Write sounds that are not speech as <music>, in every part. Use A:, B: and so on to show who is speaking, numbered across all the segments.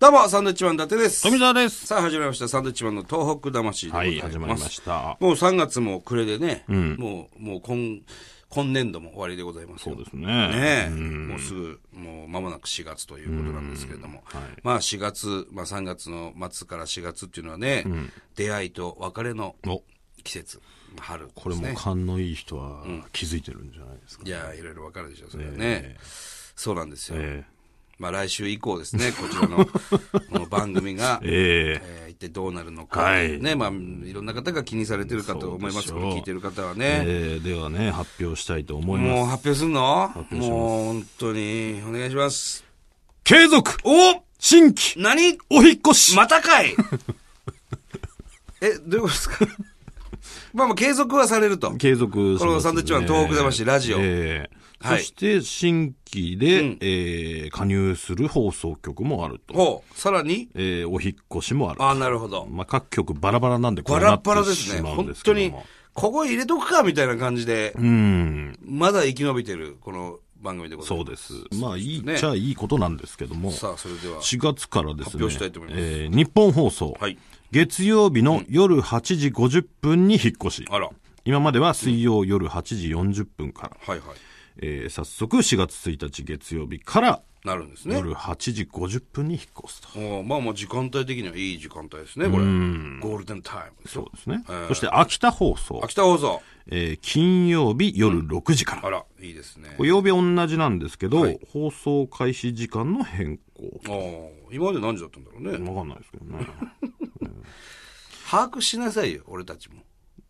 A: どうも、サンドウィッチマン伊達です。
B: 富澤です。
A: さあ、始まりました。サンドウィッチマンの東北魂でございます。
B: はい始まりました
A: もう3月も暮れでね、もう、もう今、今年度も終わりでございますよ。
B: そうですね。
A: ねえ、
B: うん
A: もうすぐ、もう間もなく4月ということなんですけれども、まあ4月、まあ3月の末から4月っていうのはね、出会いと別れの
B: お、
A: 季節、春ですね。
B: これも勘のいい人は気づいてるんじゃないですか。
A: いや、いろいろわかるでしょ、それはね。
B: え
A: そうなんですよ。
B: え
A: まあ来週以降ですね、こちら
B: <laughs>
A: のこの番組が、
B: えええ
A: えー一体どうなるのか、
B: はい
A: ね、まあ、いろんな方が気にされてるかと思いますけど、
B: そうでしょ
A: 聞
B: う
A: いてる方はね。
B: ええではね、発表したいと思い
A: もう
B: ます。
A: 発表すんの
B: 表します
A: もう本当に、お願いします。
B: 継続
A: お
B: 新規
A: 何
B: お引っ越し、
A: またか
B: <laughs>
A: いえ、どういうことですかまあまあ継続はされると。
B: 継続します、
A: このサンドイッチマン東北魂ラジオ
B: ええ
A: はい
B: そして、新規で、
A: うん
B: ええ加入する放送局もあると。
A: ほう、さらに
B: ええお引っ越しもあると。
A: ああ、なるほど。
B: まあ、各局バラバラなんで、こ
A: バ
B: うな
A: ラ
B: って
A: バラです
B: し
A: ね。
B: まうん
A: 本
B: ですけ
A: 当
B: ども
A: に、ここ入れとくかみたいな感じで、
B: うん。
A: まだ生き延びてる、この番組でござい
B: そ
A: ま
B: う
A: す。
B: です。まあ、いい
A: ね
B: っちゃいいことなんですけども、
A: さあ、それでは。
B: 4月からです
A: 発
B: ね、
A: 表したいと思います
B: えー日本放送、
A: はい。
B: 月曜日の夜8時50分に引っ越し。
A: あら。は
B: 今までは水曜夜8時40分から、
A: いはい。
B: えー早速4月1日月曜日から
A: なるんですね。
B: 夜8時50分に引っ越すと。
A: おーまあまあ時間帯的にはいい時間帯ですね、これ。ゴールデンタイムです
B: そ
A: よ
B: う。ですね。そして秋田放送、
A: 秋田放送。
B: えー金曜日夜6時から。
A: あら、いいですね。
B: これ曜日同じなんですけど、
A: はい
B: 放送開始時間の変更。
A: おー今まで何時だったんだろうね。
B: わかんないですけどね。
A: 把握しなさいよ、俺たちも。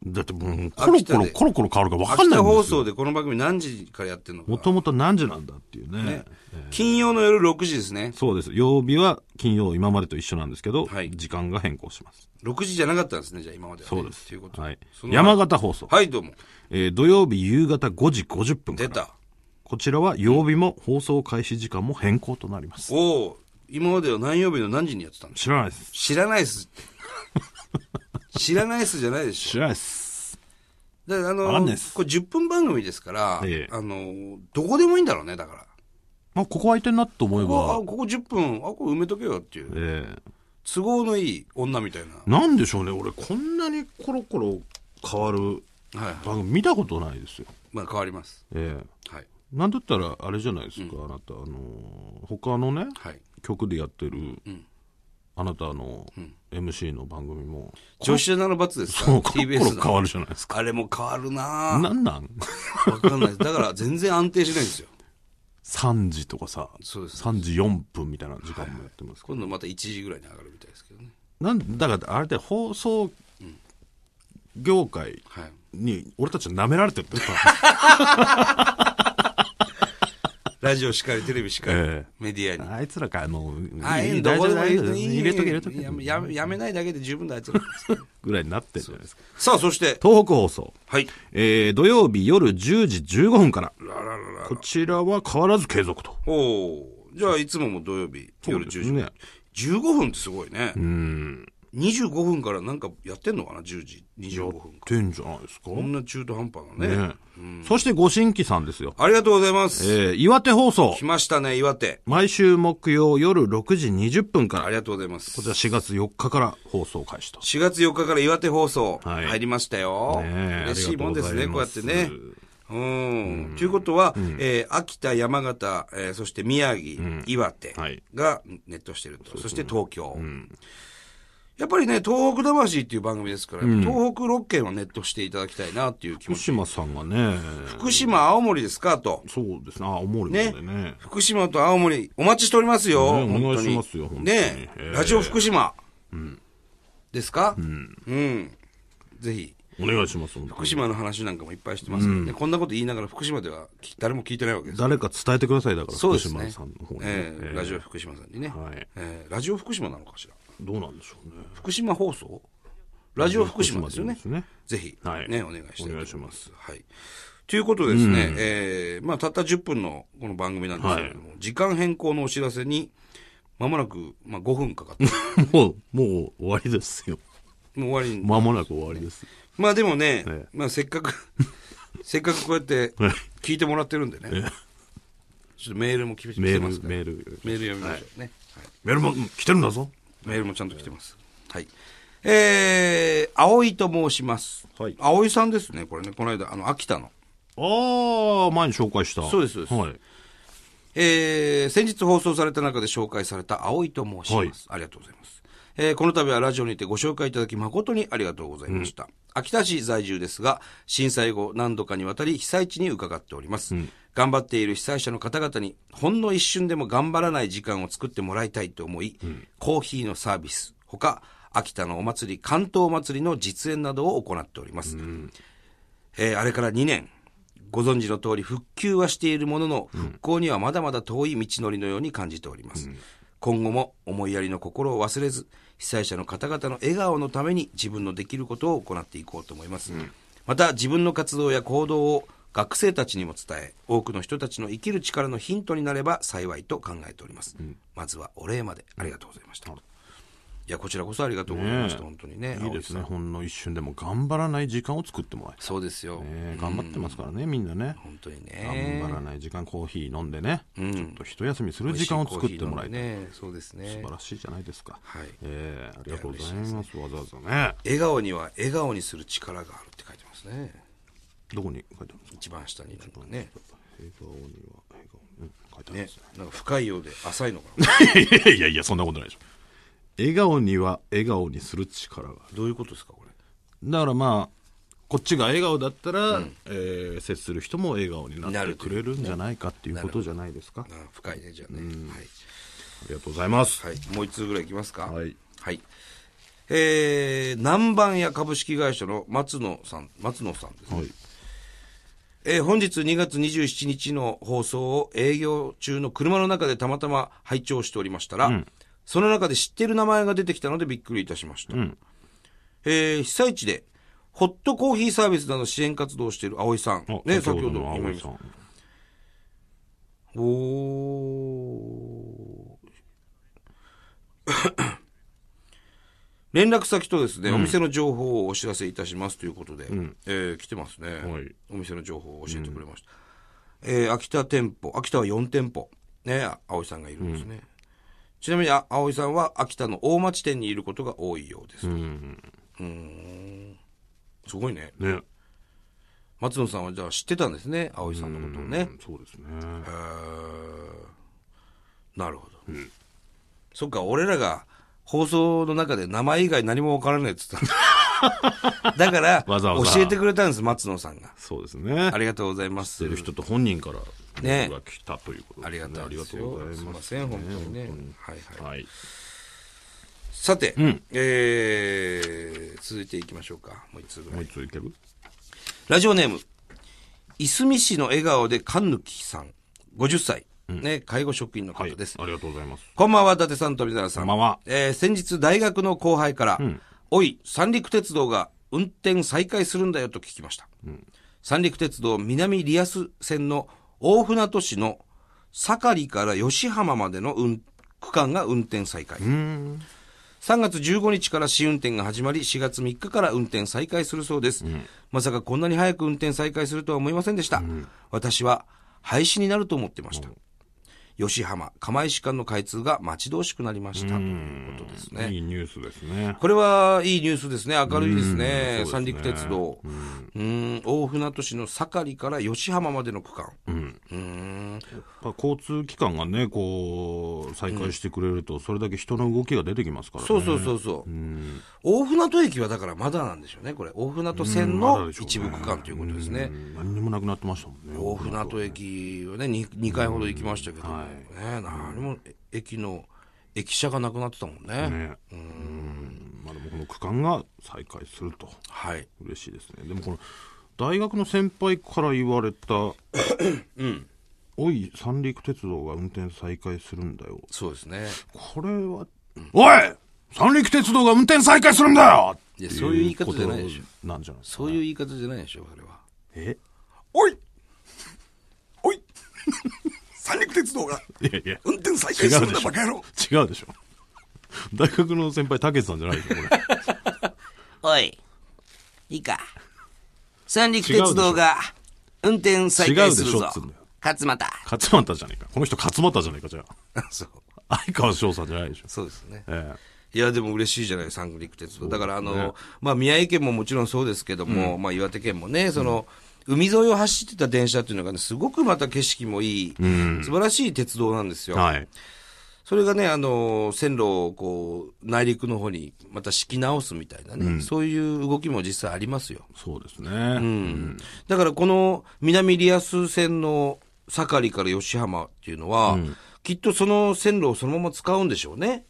B: だってもう、コロコロ、コロコロ変わるから分か
A: 秋
B: んない
A: 田
B: んで
A: 放
B: すよ。
A: 送でこの番組何時からやってんの
B: も
A: か。
B: ともと何時なんだっていうね。
A: ね金曜の夜6時ですね。
B: そうです。曜日は金曜、今までと一緒なんですけど、
A: はい
B: 時間が変更します。
A: 6時じゃなかったんですね、じゃあ今まではね、
B: そうです。
A: ということで
B: はい
A: そ。の
B: 山形放送、
A: はい、どうも。
B: えー土曜日夕方5時50分か
A: 出
B: ら。
A: た。
B: こちらは曜日も放送開始時間も変更となります。
A: おお今までは何曜日の何時にやってたんです
B: 知らないです。
A: 知らないっす。知らないっすじゃないでしょ
B: 知らないです。
A: だからあ
B: わか
A: の
B: んないっす
A: これ10分番組ですから、
B: ええ
A: あの、どこでもいいんだろうね、だから。
B: まあ、ここ空いてんなと思え
A: ここあ
B: ば
A: こ、こ10分、あ、これ埋めとけよっていう。
B: えー
A: 都合のいい女みたいな。
B: なんでしょうね。俺、こんなにコロコロ変わる
A: はい。
B: 番組見たことないですよ。
A: まあ変わります。
B: ええ
A: はい。
B: なんだったらあれじゃないですか、あなたあのー他のね
A: はい。
B: 曲でやってる、
A: ん
B: あなたの MC の番組も、
A: 女子7の罰です
B: <laughs>
A: か
B: そうコロ
A: TBS
B: コロ変
A: の。
B: わるじゃないです
A: あれも変わる
B: か
A: な
B: なんなん
A: ぁわかんないです。だから全然安定しないんですよ。
B: 3時とかさ
A: そうです
B: 3時4分みたいな時間もやってますけ
A: 今度また1時ぐらいに上がるみたいですけどね。
B: ど、なんだからあれって放送業界
A: はい。
B: に俺たちは舐められてるってこと
A: ラジオしかり、テレビしかり、
B: ええ
A: メディア <laughs> に。
B: あいつらかもう
A: ああい
B: いうい
A: のどこでもいい
B: 大丈夫大丈夫入れとけ入れとけ
A: やめやめやめないだけで十分だあいつら
B: ぐらいになってるじゃないですか
A: さあ、そして、
B: 東北放送
A: はい。
B: えー土曜日夜10時15分から。
A: ララララ
B: こちらは変わらず継続と。
A: おおーじゃあ、いつもも土曜日、夜10
B: そうで
A: 時。
B: すね
A: 15分ってすごいね。
B: うん。
A: 25分からなんかやってんのかな ?10 時、25分。
B: てんじゃないですか
A: こんな中途半端なね。
B: ねそしてご新規さんですよ。
A: ありがとうございます。
B: えー岩手放送
A: 来。ましたね、岩手。
B: 毎週木曜夜6時20分か
A: あ
B: ら。
A: りがとうございます。
B: こちら4月4日から放送開始と。
A: 4月4日から岩手放送
B: はい
A: 入りましたよ。
B: ねえ
A: 嬉しいもんですね、
B: あり
A: こうや
B: が
A: っ
B: と
A: て
B: うございます
A: ね。うん。ということは、えー秋田、山形、えーそして宮城、岩手
B: はい
A: がネットしてると。そして東京。やっぱりね、東北魂っていう番組ですから、東北6県はネットしていただきたいなっていう気
B: 福
A: 持ち。
B: 島さんがね、
A: 福島、青森ですかと。
B: そうですね。あ、思うもんでね。
A: 福島と青森、お待ちしておりますよ。
B: ね
A: 本当に
B: お願いしますよ本当に
A: ねえ
B: ええ
A: ラジオ福島。ですかうん。ぜひ、
B: お願いします。本当
A: 福
B: に
A: 島の話なんかもいっぱいしてますけどね、こんなこと言いながら福島ではき誰も聞いてないわけです。
B: 誰か伝えてください。だから、
A: そうで
B: 福
A: す
B: 島
A: ね
B: さんの方に。。
A: ええ
B: えー
A: ラジオ福島さんにね。
B: はい
A: ええラジオ福島なのかしら。
B: どうなんでしょうね。
A: 福島放送ラジオ福島ですよね
B: 福。島で
A: ぜひ、
B: はい
A: ね、お願いしたいと思
B: お願いします。 <laughs>
A: はい。ということでですね、えーまあ、たった10分のこの番組なんですけれども、時間変更のお知らせに、まもなく、まあ、5分かかって、
B: すね。もう、もう終わりですよ。
A: もう終わりに。
B: 間もなく終わりです。
A: まあでもね、
B: ええ
A: まあせっか
B: <laughs>
A: く、せっかくこうやって
B: え
A: 聞いてもらってるんでね、
B: え
A: ちょっとメールも厳しく
B: メ
A: てます
B: ー
A: か
B: ル、
A: ら、
B: メール。
A: メール読みましょうね。
B: メールも来てるんだぞ。
A: メールもちゃんと来てます。はい。えー、葵と申します。
B: はい
A: 葵さんですね、これね、この間、あの、秋田の。
B: ああ、前に紹介した。
A: そうですそうです
B: はい。
A: えー先日放送された中で紹介された葵と申します。ありがとうございます。えーこの度はラジオにてご紹介いただき誠にありがとうございました。秋田市在住ですが、震災後何度かにわたり被災地に伺っております。頑張っている被災者の方々に、ほんの一瞬でも頑張らない時間を作ってもらいたいと思い、コーヒーのサービス、ほか、秋田のお祭り、関東祭りの実演などを行っております。えーあれから2年、ご存知の通り復旧はしているものの、復興にはまだまだ遠い道のりのように感じております。今後も思いやりの心を忘れず、被災者の方々の笑顔のために自分のできることを行っていこうと思います。また自分の活動や行動を学生たちにも伝え、多くの人たちの生きる力のヒントになれば幸いと考えております。まずはお礼までありがとうございました。いや、こちらこそありがとうございました。
B: ねえ
A: 本当にね。
B: いいですね。ほんの一瞬でも頑張らない時間を作ってもらいたい
A: そうですよ。
B: ね頑張ってますからね、みんなね。
A: 本当にね。
B: 頑張らない時間、コーヒー飲んでね、ちょっと一休みする時間を作ってもらいたい。
A: ね。そうです
B: 素
A: ね
B: 晴。らしいじゃないですか。
A: はい
B: ええありがとうございます。わざわざね。
A: 笑顔には笑顔にする力があるって書いてますね。
B: どこに書いてあるんですか
A: 一番下になんかね。
B: 笑顔には笑顔に、うん書いてあるん
A: ね
B: ですね。、
A: なんか深いようで浅いのかな。
B: <laughs> いやいやいや、そんなことないでしょ。笑顔には笑顔にする力がある。
A: どういうことですか、これ。
B: だからまあ、こっちが笑顔だったら、えー接する人も笑顔になってくれるんじゃないかっていうことじゃないですか。
A: あ深いね、じゃあね。はい。
B: ありがとうございます。
A: はい。もう一通ぐらいいきますか。
B: はい。
A: はい。えー、南蛮屋株式会社の松野さん、松野さんですね。
B: はい。
A: えー本日2月27日の放送を営業中の車の中でたまたま拝聴しておりましたら、その中で知ってる名前が出てきたのでびっくりいたしました。えー被災地で、ホットコーヒーサービスなど支援活動をしている葵さん。
B: あ
A: ね、先ほど
B: の
A: 今言いま
B: 葵
A: し
B: さ
A: た。
B: ん。
A: お <coughs> ー連絡先とですね、お店の情報をお知らせいたしますということで、えー来てますね、
B: はい
A: お店の情報を教えてくれました。えー秋田店舗、秋田は4店舗、ね、葵さんがいるんですね。ちなみに、あ葵さんは秋田の大町店にいることが多いようです。うーんすごいね。
B: ね。
A: 松野さんはじゃあ知ってたんですね、葵さんのことをね。
B: うんそうですね。
A: えーなるほど、そっか俺らが放送の中で名前以外何も分からないって言った
B: <laughs>
A: んだだから
B: わざわざ
A: 教えてくれたんです松野さんが
B: そうですね。
A: ありがとうございます
B: 知ってる人と本人から
A: ね
B: メールが来たということ
A: あり
B: です
A: が
B: ね
A: たいです
B: ありがとう
A: よ
B: ございます
A: い
B: す。
A: ません本当にねはいはい、
B: はい。
A: さて、えー続いていきましょうかもう一つぐらい
B: もう一ついける
A: ラジオネーム、いすみ市の笑顔でかんぬきさん、50歳、ね、介護職員の方
B: はい。あ
A: で
B: り
A: す。
B: がとうございます。
A: こんばんは、伊達さん、富澤さん。
B: こんばんは
A: えー先日、大学の後輩から、おい、三陸鉄道が運転再開するんだよと聞きました。三陸鉄道南リアス線の大船渡市の盛りから吉浜までの運区間が運転再開。3月15日から試運転が始まり、4月3日から運転再開するそうです。まさかこんなに早く運転再開するとは思いませんでした。私は廃止になると思ってました。吉浜、釜石間の開通が待ち遠しくなりました。ということですね。
B: いいニュースですね。
A: これはいいニュースですね。明るいですね。
B: うんそう
A: 三
B: ですね
A: 陸鉄道。うん、大船渡市の盛りから吉浜までの区間。うん。
B: やっぱ交通機関がね、こう、再開してくれると、それだけ人の動きが出てきますからね。
A: そうそうそうそう。大船渡駅はだからまだなんでしょうね。これ。大船渡線
B: うんまだ
A: の
B: でしょうね
A: 一部区間ということですね
B: う。ん何にもなくなってましたもんね。
A: 大船渡駅をね、2, 二回ほど行きましたけど、
B: は
A: ね、何も駅の、駅舎がなくなってたもんね。
B: ね。うん。まあでもこの区間が再開すると。
A: はい。
B: 嬉しいですね。でもこの、大学の先輩から言われた、おい、三陸鉄道が運転再開するんだよ。
A: そうですね。
B: これは、おい三陸鉄道が運転再開するんだよ
A: いやそういう言い方じゃないでしょ
B: ょ。なんじゃないですか
A: そういう言い方じゃないでしょ、それは。
B: え
A: おいおい三陸鉄道が <laughs>
B: いやいや。
A: 運転再
B: 開するんだバ
A: カ野郎
B: 違うでしょ大学の先輩たけしさんじゃないでしょこれ
A: おい、いいか。三陸 <laughs> 鉄道が運転再開する
B: 違う
A: ぞ
B: でしょっつうんだよ。
A: 勝俣。
B: 勝俣じゃねえかこの人勝俣じゃねえかじゃあ
A: <laughs>
B: <laughs>
A: そう。
B: 相川翔さんじゃないでしょ。
A: そうですね。
B: え
A: いや、でも嬉しいじゃない、三陸鉄道。だから、あの、
B: ね
A: まあ、宮城県ももちろんそうですけども、まあ、岩手県もね、その、海沿いを走ってた電車っていうのがね、すごくまた景色もいい、素晴らしい鉄道なんです
B: え
A: よ。
B: はい。
A: それがね、あの、線路をこう、内陸の方にまた敷き直すみたいなね、そういう動きも実際ありますよ。
B: そうですね。
A: うんだからこの南リアス線の盛りから吉浜っていうのは、きっとその線路をそのまま使うんでしょうね。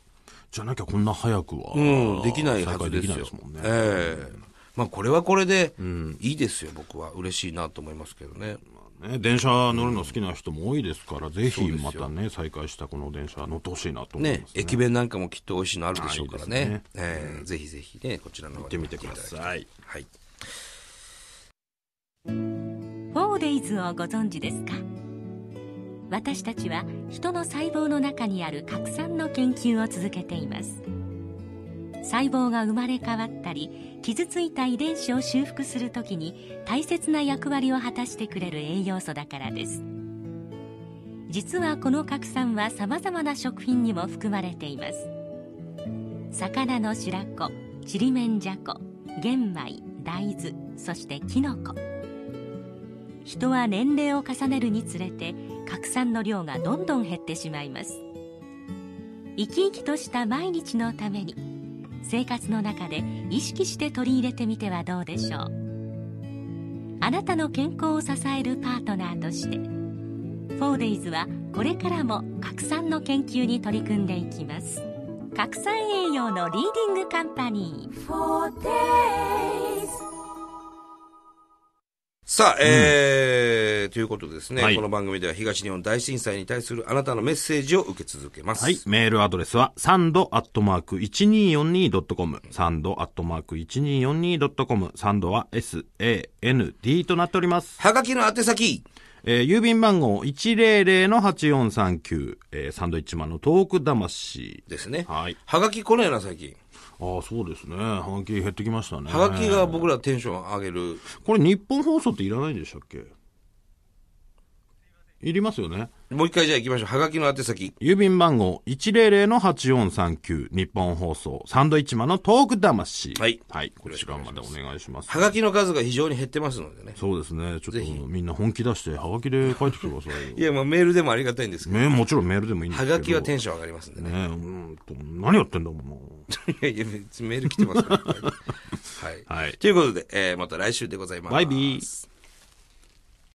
B: じゃなきゃこんな早くは、
A: うん、できないはず
B: 再開
A: で
B: ですきな
A: よ。
B: いですもんね。
A: ええまあこれはこれで、いいですよ、僕は。嬉しいなと思いますけどね。
B: ね電車乗るの好きな人も多いですから、ぜひまたね、再開したこの電車乗ってほしいなと思い
A: ね
B: ます、、
A: 駅弁なんかもきっと美味しいのあるでしょうからね。
B: あいいですね
A: ええぜひぜひね、こちらの方行って
B: みてください。
A: はい。
C: フォーデイズをご存知ですか私たちは人の細胞の中にある核酸の研究を続けています細胞が生まれ変わったり傷ついた遺伝子を修復するときに大切な役割を果たしてくれる栄養素だからです実はこの核酸はさまざまな食品にも含まれています魚の白子ちりめんじゃこ玄米大豆そしてきのこ人は年齢を重ねるにつれて核酸の量がどんどん減ってしまいます生き生きとした毎日のために生活の中で意識して取り入れてみてはどうでしょうあなたの健康を支えるパートナーとしてフォーデイズはこれからも核酸の研究に取り組んでいきます核酸栄養のリーディングカンパニー
A: さあ、えーということでですね、
B: はい
A: この番組では東日本大震災に対するあなたのメッセージを受け続けます。
B: はい。メールアドレスは、サンドアットマーク 1242.com。サンドアットマーク 1242.com。サンドは SAND となっております。
A: はがきの宛先、
B: えー郵便番号100-8439。えーサンドイッチマンのトーク魂。
A: ですね。
B: はい。
A: はがき来ないな、最近。
B: ああ、そうですね。はがき減ってきましたね。
A: はがきが僕らテンション上げる。
B: これ日本放送っていらないんでしたっけいりますよね。
A: もう一回じゃあ行きましょう。はがきの宛先。
B: 郵便番号100-8439日本放送サンドイッチマンのトーク魂。
A: はい
B: はい。こちらまでお願いします。
A: はがきの数が非常に減ってますのでね。
B: そうですね。ちょっ
A: ひ
B: とみんな本気出して、はがきで書いてきてください
A: <laughs>
B: よ。
A: いや、まあメールでもありがたいんですけど、
B: ね、もちろんメールでもいいんです
A: は
B: けど。
A: がきはテ
B: ね、
A: ンション上がりますんでね。
B: うんと、何やってんだもん
A: <laughs> いやいや、
B: <laughs>
A: 別にメール来てますから。はい。
B: な。はい。
A: ということで、えーまた来週でございます。
B: バイビー。